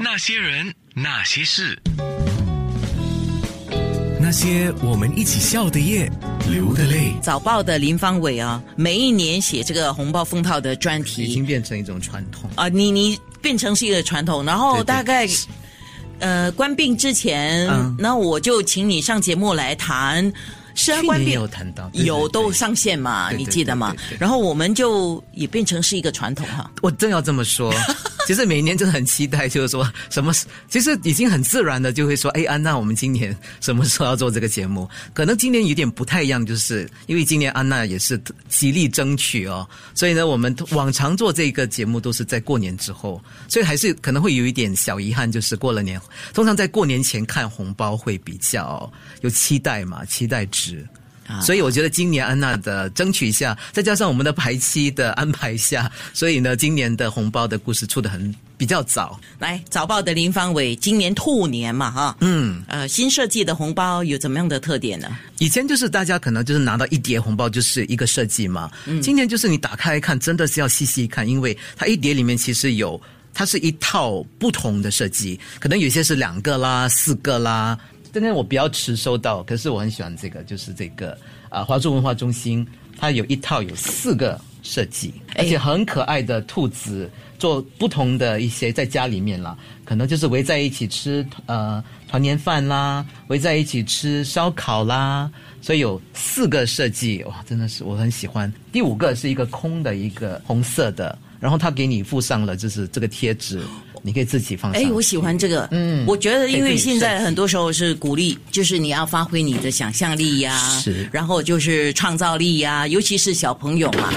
那些人，那些事，那些我们一起笑的夜，流的泪。早报的林方伟啊，每一年写这个红包封套的专已题经变成一种传统。啊、你你变成是一个传统，然后对对大概呃官病之前嗯，那、我就请你上节目来谈。是啊，去官年也病有谈到，对有对都对上线嘛，对对你记得吗对对对？对然后我们就也变成是一个传统哈。我正要这么说，其实每年真的很期待，就是说什么，其实已经很自然的就会说，哎，安娜，我们今年什么时候要做这个节目？可能今年有点不太一样，就是因为今年安娜也是极力争取哦，所以呢，我们往常做这个节目都是在过年之后，所以还是可能会有一点小遗憾，就是过了年，通常在过年前看红包会比较有期待嘛，期待值。所以我觉得今年安呃娜的争取一下，再加上我们的排期的安排下，所以呢，今年的红包的故事出的很比较早。来，早报的林方伟，今年兔年嘛哈，嗯，呃，新设计的红包有怎么样的特点呢？以前就是大家可能就是拿到一叠红包就是一个设计嘛，今年就是你打开看，真的是要细细看，因为它一叠里面其实有。它是一套不同的设计，可能有些是两个啦、四个啦。今天我比较迟收到，可是我很喜欢这个，就是这个啊、华中文化中心，它有一套有四个设计，哎而且很可爱的兔子，做不同的一些在家里面啦，可能就是围在一起吃呃团年饭啦，围在一起吃烧烤啦，所以有四个设计，哇，真的是我很喜欢。第五个是一个空的一个红色的，然后他给你附上了就是这个贴纸，你可以自己放上。啊哎，我喜欢这个。嗯，我觉得因为现给自己设在计很多时候是鼓励，就是你要发挥你的想象力呀、是然后就是创造力呀、尤其是小朋友嘛。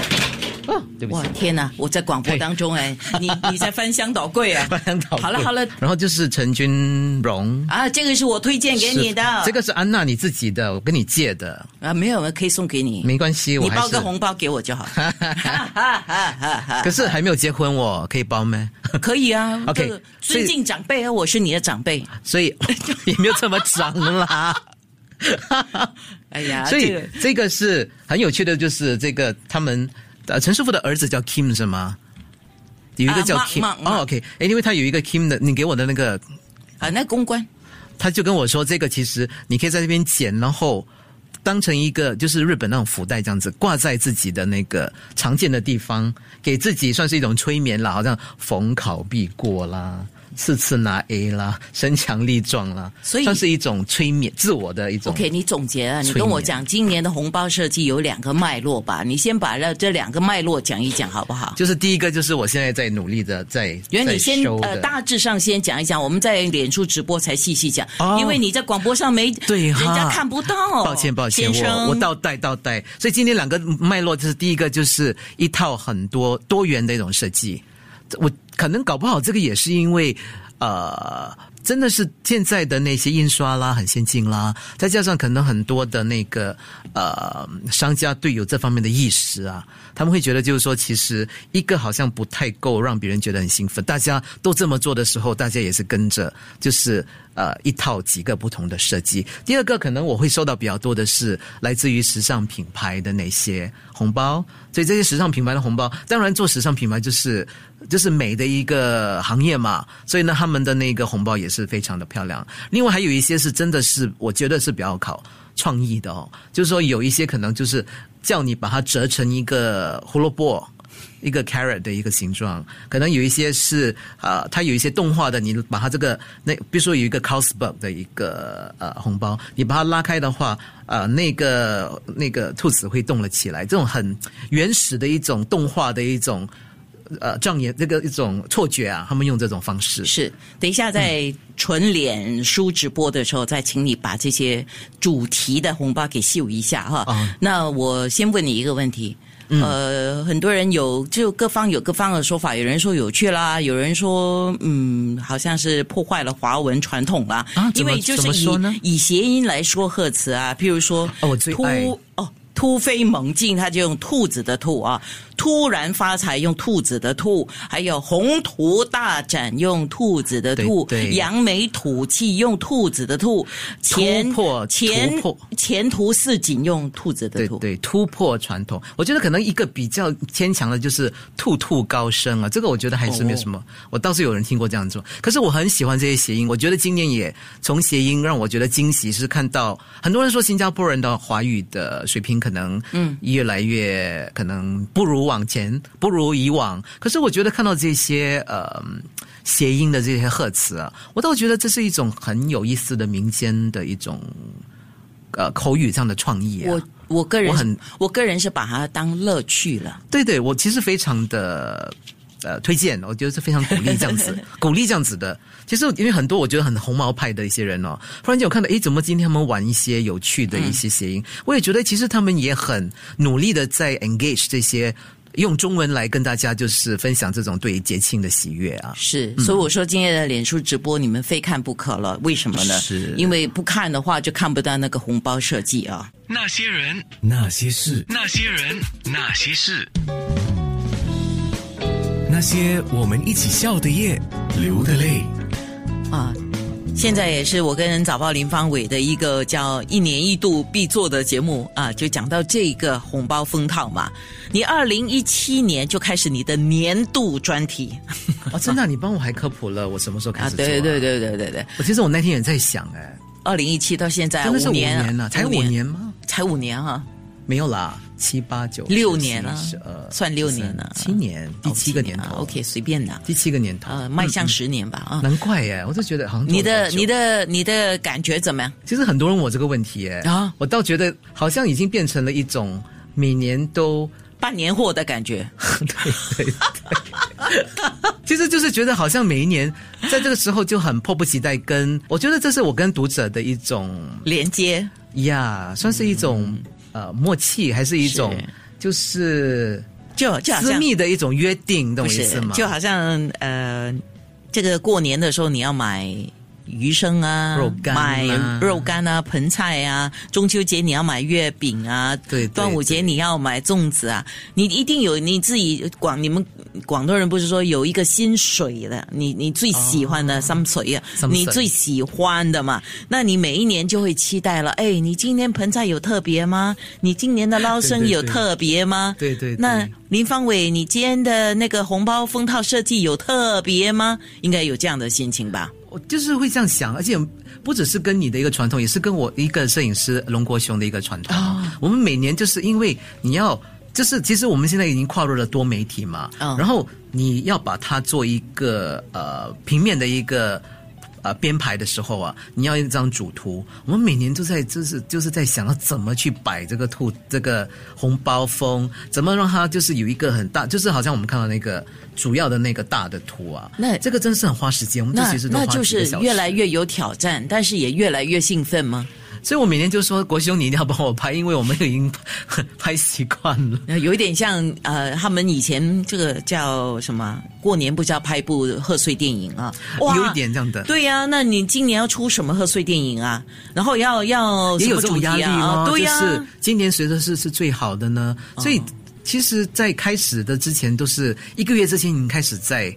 啊，对不哇起，。天哪！我在广播当中哎，你你在翻箱倒柜啊！ 翻箱倒柜好了好了然后就是陈君荣啊，这个是我推荐给你的是。这个是安娜你自己的，我跟你借的，啊，没有可以送给你，没关系，我你还是包个红包给我就好。哈哈哈哈哈可是还没有结婚我，可以包吗？可以啊 OK，这个所尊以敬长辈啊，我是你的长辈。 所以 也没有这么 长啦。哎呀，所啊这以个这个是很有趣的，就是这个他们呃陈师傅的儿子叫 Kim 是吗？有一个叫啊 Kim，、 Mark，Mark，哦，OK，哎，因为他有一个 Kim 的，你给我的那个，啊，那公关他就跟我说，这个其实你可以在这边剪，然后当成一个就是日本那种福袋这样子挂在自己的那个常见的地方，给自己算是一种催眠啦，好像逢考必过啦。次次拿 A 啦，身强力壮啦，所以算是一种催眠自我的一种 OK，你总结啊，你催跟眠我讲今年的红包设计有两个脉络吧，你先把这这两个脉络讲一讲好不好？就是第一个，就是我现在在努力的在原来你先在修的呃大致上先讲一讲，我们在脸书直播才细细讲，哦因为你在广播上没对人哈家看不到。抱歉抱歉，哦先生我我倒带倒带。所以今天两个脉络，就是第一个就是一套很多多元的一种设计，我可能搞不好这个也是因为呃。真的是现在的那些印刷啦，很先进啦，再加上可能很多的那个呃商家对有这方面的意识啊，他们会觉得就是说，其实一个好像不太够让别人觉得很兴奋，大家都这么做的时候，大家也是跟着就是呃一套几个不同的设计。第二个可能我会收到比较多的是来自于时尚品牌的那些红包，所以这些时尚品牌的红包，当然做时尚品牌就是就是美的一个行业嘛，所以呢，他们的那个红包也是非常的漂亮。另外还有一些是真的是我觉得是比较考创意的哦，就是说有一些可能就是叫你把它折成一个胡萝卜。一个 carrot 的一个形状，可能有一些是呃，它有一些动画的，你把它这个那，比如说有一个 c o s b u r g 的一个呃红包，你把它拉开的话，呃，那个那个兔子会动了起来，这种很原始的一种动画的一种呃障眼这个一种错觉啊，他们用这种方式。是，等一下在嗯纯脸书直播的时候，再请你把这些主题的红包给秀一下哈。啊嗯那我先问你一个问题。呃，很多人有就各方有各方的说法，有人说有趣啦，有人说嗯，好像是破坏了华文传统啦。啊因怎么为就怎么是以说呢以谐音来说贺词啊，譬如说哦我最爱突哦突飞猛进，他就用兔子的兔啊，突然发财用兔子的兔，还有宏图大展用兔子的兔对，对扬眉吐气用兔子的兔，前突破前突破前途似锦用兔子的对兔。对，突破传统。我觉得可能一个比较牵强的就是兔兔高升啊，这个我觉得还是哦没有什么。我倒是有人听过这样做，可是我很喜欢这些谐音。我觉得今年也从谐音让我觉得惊喜，是看到很多人说新加坡人的华语的水平可能嗯越来越可能不如往前，不如以往。可是我觉得看到这些呃。谐音的这些贺词啊，我倒觉得这是一种很有意思的民间的一种呃口语上的创意、啊。我我个人我很我个人是把它当乐趣了。对对，我其实非常的呃推荐，我觉得是非常鼓励这样子，鼓励这样子的。其实因为很多我觉得很红毛派的一些人哦，忽然间我看到，诶，怎么今天他们玩一些有趣的一些谐音？我也觉得其实他们也很努力的在 engage 这些。用中文来跟大家就是分享这种对于节庆的喜悦啊，是，所以我说今天的脸书直播你们非看不可了，为什么呢？是因为不看的话就看不到那个红包设计啊。那些人，那些事，那些人，那些事，那些我们一起笑的夜，流的泪。啊，现在也是我跟早报林方伟的一个叫一年一度必做的节目啊，就讲到这个红包封套嘛。你二零一七年就开始你的年度专题哦，真的啊、你帮我还科普了我什么时候开啊始，做、对对，对对对对，我其实我那天也在想，哎，二零一七到现在真的是五啊年年啊了，才五年，吗？才五年啊。没有啦，七八九六十年十了一十二算六年了哦十三七年，第七个年头、嗯 o k 啊随便的，第七个年头，呃，迈向十年吧啊。难怪耶，我就觉得好像你的你的，的你的感觉怎么样？其实很多人问我这个问题耶，啊我倒觉得好像已经变成了一种每年都。 办年货的感觉，对对对，其实就是觉得好像每一年在这个时候就很迫不及待跟，我觉得这是我跟读者的一种连接呀算是一种、呃默契，还是一种嗯是就哦是就就好私像密的一种约定，懂不我意思是吗？就好像呃，这个过年的时候你要买鱼生啊，肉干啊买肉干啊，盆菜啊，中秋节你要买月饼啊，对对端午节你要买粽子啊，你一定有你自己广你们广东人不是说有一个心水的，你你最喜欢的心水啊，哦心水你最喜欢的嘛，那你每一年就会期待了，哎，你今年盆菜有特别吗？你今年的捞生对对有对特别吗？对对对那林方伟，你今天的那个红包封套设计有特别吗？应该有这样的心情吧？我就是会这样想，而且不只是跟你的一个传统，也是跟我一个摄影师龙国雄的一个传统。哦我们每年就是因为你要，就是其实我们现在已经跨入了多媒体嘛，哦然后你要把它做一个呃平面的一个。呃，编排的时候啊，你要一张主图。我们每年都在，就是就是在想要怎么去摆这个兔这个红包风，怎么让它就是有一个很大，就是好像我们看到那个主要的那个大的图啊。那这个真是很花时间，我们这那其实都那花就几个是小时越来，越有挑战，但是也越来越兴奋吗？所以我每天就说国兄你一定要帮我拍，因为我们已经拍习惯了。呃有一点像呃，他们以前这个叫什么？过年不是要拍部贺岁电影啊？呃有一点这样的对呀、那你今年要出什么贺岁电影啊？然后要要 也什有么这主种题压力啊？哦，对呀、哦就是今年谁的事是最好的呢？所以其实，在开始的之前，都是一个月之前，你开始在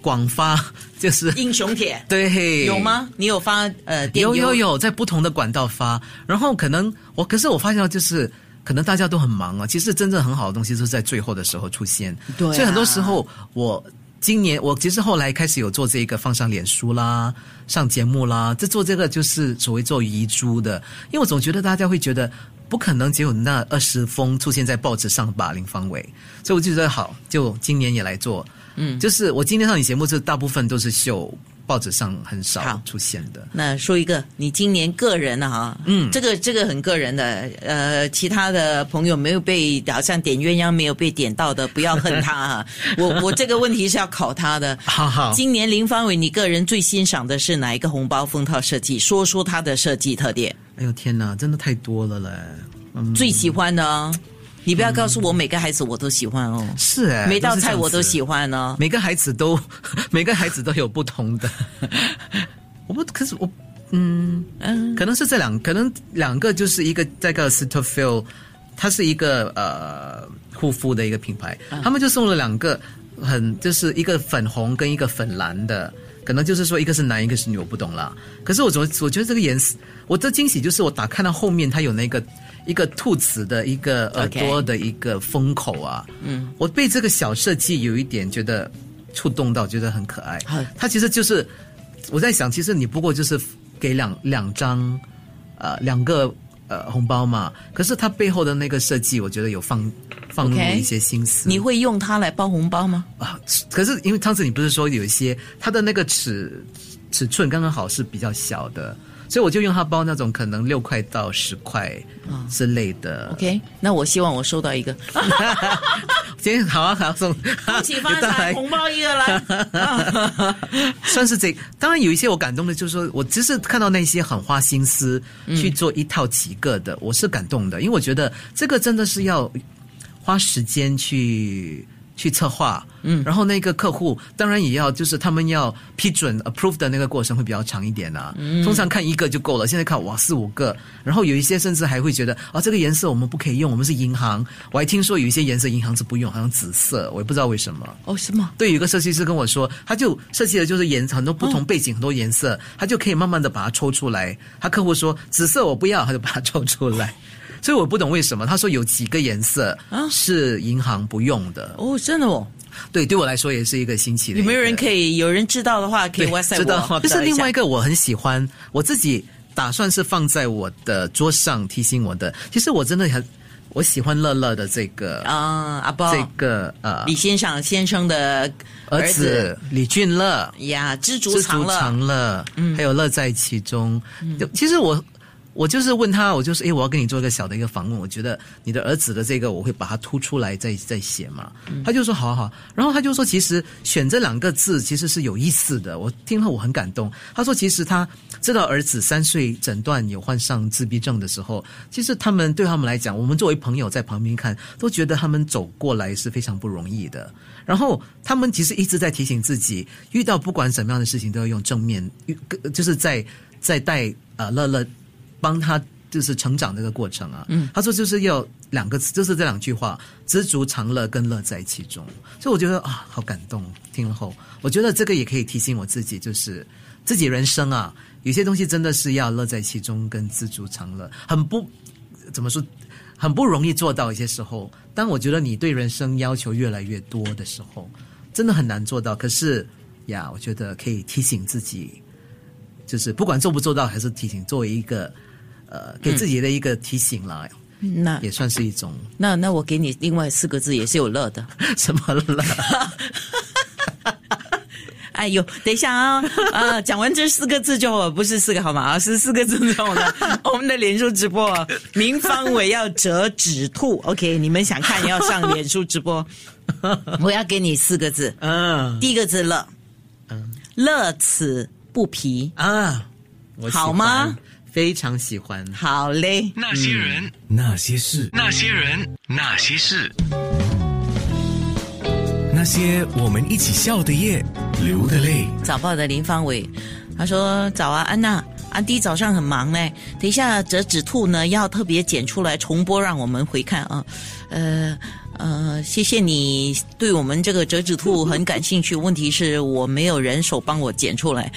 广发，就是英雄帖对有？吗？你有发呃？电有邮有有，在不同的管道发，然后可能我，可是我发现到就是。可能大家都很忙啊，其实真正很好的东西是在最后的时候出现。对啊所以很多时候我今年我其实后来开始有做这个放上脸书啦，上节目啦，这做这个就是所谓做遗珠的，因为我总觉得大家会觉得不可能只有那二十封出现在报纸上吧，林方伟，所以我就觉得好，就今年也来做。嗯，就是我今天上你节目，这大部分都是秀报纸上很好少出现的。那说一个，你今年个人的哈，嗯，这个这个很个人的，呃，其他的朋友没有被好像点鸳鸯没有被点到的，不要恨他 啊。我我这个问题是要考他的。好好今年林方伟，你个人最欣赏的是哪一个红包封套设计？说说他的设计特点，哎呦天哪，真的太多了嘞！嗯，最喜欢的哦。你不要告诉我每个孩子我都喜欢哦，是哎，每道菜我都喜欢。欢哦。每个孩子都， 每个孩子都有不同的。 我不，可是我，嗯嗯，可能是这两，可能两个就是一个这个 s t e r f i e l d 它是一个呃护肤的一个品牌，他们就送了两个很就是一个粉红跟一个粉蓝的，可能就是说一个是男一个是女，我不懂啦。可是我总我觉得这个颜色，我的惊喜就是我打看到后面它有那个。一个兔子的一个耳 OK 朵的一个封口啊，嗯，我被这个小设计有一点觉得触动到，觉得很可爱好。它其实就是我在想，其实你不过就是给两两张呃两个呃红包嘛，可是它背后的那个设计，我觉得有放放入 OK 一些心思。你会用它来包红包吗？啊，可是因为上次你不是说有一些它的那个尺尺寸刚刚好是比较小的，所以我就用它包那种可能六块到十块之类的。哦 OK，那我希望我收到一个。啊 今天好啊，好啊送，恭喜发 有带来财，红包一个 来。算是这当然有一些我感动的，就是说我只是看到那些很花心思去做一套几个的，我是感动的，因为我觉得这个真的是要花时间去 去策划，嗯，然后那个客户当然也要就是他们要批准 approve 的那个过程会比较长一点啊，嗯，通常看一个就够了，现在看哇四五个，然后有一些甚至还会觉得啊这个颜色我们不可以用，我们是银行，我还听说有一些颜色银行是不用，好像紫色，我也不知道为什么，哦，什么？对，有一个设计师跟我说，他就设计的就是颜很多不嗯同背景、很多颜色，他就可以慢慢的把它抽出来。他客户说紫色我不要，他 就把它抽出来。所以我不懂为什么，他说有几个颜色啊是银行不用的。哦，真的哦。对，对我来说也是一个新奇的一有个。没有人可以？有人知道的话，可以对 WhatsApp 知道 我。 这是另外一一个我很喜欢，我自己打算是放在我的桌上提醒我的。其实我真的很我喜欢乐乐的这个、啊，阿包，这个呃李先生先生的儿子李俊乐。呀，知足知常足乐。嗯常乐，还有乐在其中。就其实我我就是问他，我就是诶，哎我要跟你做一个小的一个访问，我觉得你的儿子的这个我会把它突出来再再写嘛。嗯他就说好啊好啊，然后他就说其实选这两个字其实是有意思的，我听了我很感动。他说其实他知道儿子三岁诊断有患上自闭症的时候，其实他们对他们来讲，我们作为朋友在旁边看，都觉得他们走过来是非常不容易的。然后他们其实一直在提醒自己，遇到不管什么样的事情都要用正面，遇呃就是在在带呃乐乐帮他就是成长这个过程啊。嗯，他说就是要两个字，就是这两句话：知足常乐跟乐在其中。所以我觉得啊，好感动。听了后，我觉得这个也可以提醒我自己，就是自己人生啊，有些东西真的是要乐在其中跟知足常乐，很不怎么说，很不容易做到。一些时候，当我觉得你对人生要求越来越多的时候，真的很难做到。可是呀，我觉得可以提醒自己，就是不管做不做到，还是提醒作为一个呃给自己的一个提醒啦，那也算是一种 那那我给你另外四个字也是有乐的。 什么了？哎呦，等一下啊、 呃，讲完这四个字就好，不是四个号码啊，是四个字之后呢， 我们的脸书直播，明方伟要折纸兔，OK，你们想看要上脸书直 播，我要给你四个字， 嗯第一个字乐，乐此不疲，啊，我喜欢好吗？非常喜欢。好嘞，那些人，嗯那些事，那些人，那些事，那些我们一起笑的夜，流的泪。早报的林方伟，他说早啊，安娜。安迪早上很忙嘞，等一下折纸兔呢要特别剪出来重播，让我们回看啊。呃呃，谢谢你对我们这个折纸兔很感兴趣。问题是我没有人手帮我剪出来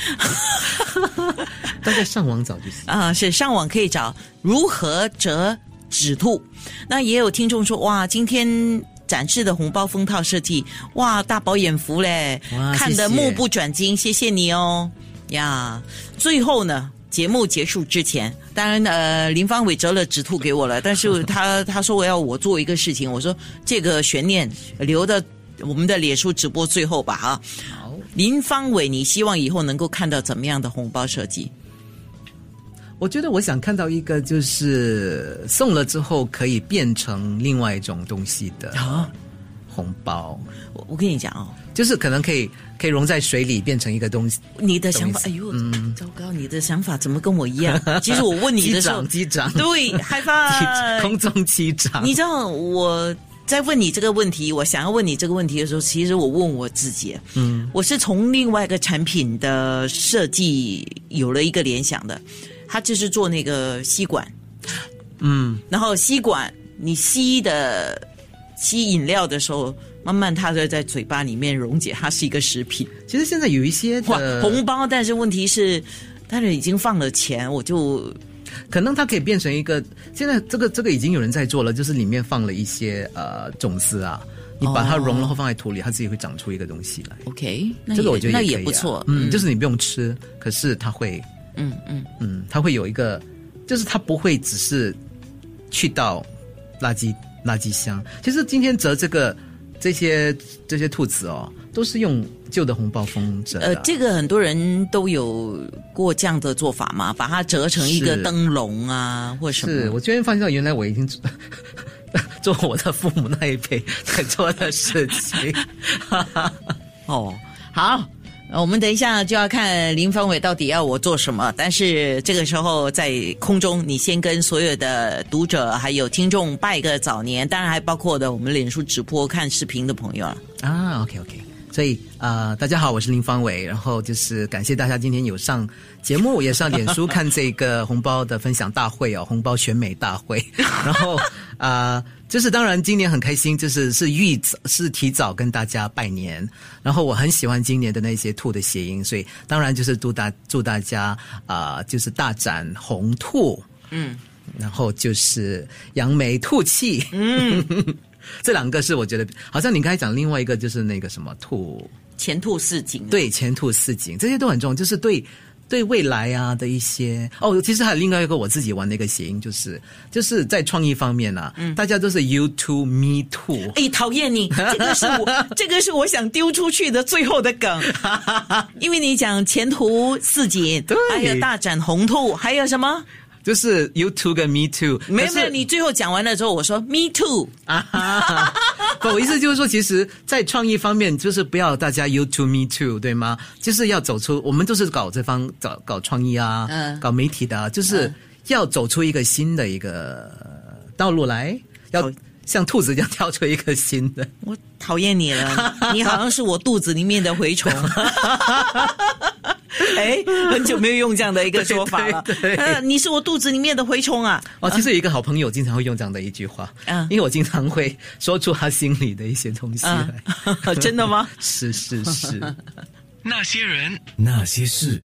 大概上网找就行。啊，是上网可以找如何折纸兔。那也有听众说，哇，今天。展示的红包封套设计，哇，大饱眼福嘞哇，看得谢谢目不转睛，谢谢你哦呀！最后呢，节目结束之前，当然呃，林方伟折了纸兔给我了，但是他他说我要我做一个事情，我说这个悬念留到我们的脸书直播最后吧啊。林方伟，你希望以后能够看到怎么样的红包设计？我觉得我想看到一个就是送了之后可以变成另外一种东西的啊红包，我我跟你讲哦，就是可能可以可以融在水里变成一个东西。你的想法，哎懂呦，糟糕，你的想法怎么跟我一样？其实我问你的时候，击掌击掌对，害 怕击空中击呃掌，你知道我在问你这个问题，我想要问你这个问题的时候，其实我问我自己，嗯，我是从另外一个产品的设计有了一个联想的，它就是做那个吸管，嗯，然后吸管你吸的吸饮料的时候，慢慢它就在嘴巴里面溶解，它是一个食品。其实现在有一些哇，的红包，但是问题是，但是已经放了钱，我就可能它可以变成一个，现在这个这个已经有人在做了，就是里面放了一些呃种子啊，你把它哦融然后放在土里，它自己会长出一个东西来。 OK，那也这个我觉哦得那也也可以啊不错，嗯，就是你不用吃，可是它会，嗯嗯嗯，它会有一个，就是它不会只是去到垃圾垃圾箱。其实今天折这个这些这些兔子哦，都是用旧的红包封折的。啊呃，这个很多人都有过这样的做法嘛，把它折成一个是灯笼啊，或什是么。我居然发现到，原来我已经做 做我的父母那一辈在做的事情。 哦，好，呃我们等一下就要看林方伟到底要我做什么。但是这个时候在空中，你先跟所有的读者还有听众拜个早年，当然还包括的我们脸书直播看视频的朋友了。啊，OK OK，所以呃，大家好，我是林方伟，然后就是感谢大家今天有上节目，也上脸书看这个红包的分享大会哦，红包选美大会，然后啊、呃就是当然今年很开心，就是是预早是提早跟大家拜年，然后我很喜欢今年的那些兔的谐音，所以当然就是祝大祝大家啊、呃就是大展宏兔，嗯，然后就是扬眉吐气，嗯。 这两个是我觉得，好像你刚才讲另外一个就是那个什么兔，前途似锦。，啊对前途似锦，这些都很重要，就是对对未来啊的一些哦。其实还有另外一个我自己玩的一个谐音，就是就是在创意方面啊，嗯大家都是 you too me too，哎，讨厌你！这个是我， 这个是我想丢出去的最后的梗，因为你讲前途似锦，对还有大展宏图，还有什么？就是 you too 跟 me too，没有可是没有，你最后讲完了之后，我说 me too，啊， 不，我意思就是说，其实，在创意方面，就是不要大家 you too me too，对吗？就是要走出，我们都是搞这方搞搞创意啊，嗯搞媒体的、啊，就是要走出一个新的一个道路来，要好嗯像兔子一样跳出一个新的。我讨厌你 了，你好像是我肚子里面的蛔虫。哎，很久没有用这样的一个说法了。对对对呃你是我肚子里面的蛔虫啊！哦，其实有一个好朋友经常会用这样的一句话，嗯因为我经常会说出他心里的一些东西来。嗯啊 真的吗？是是是。那些人。那些事。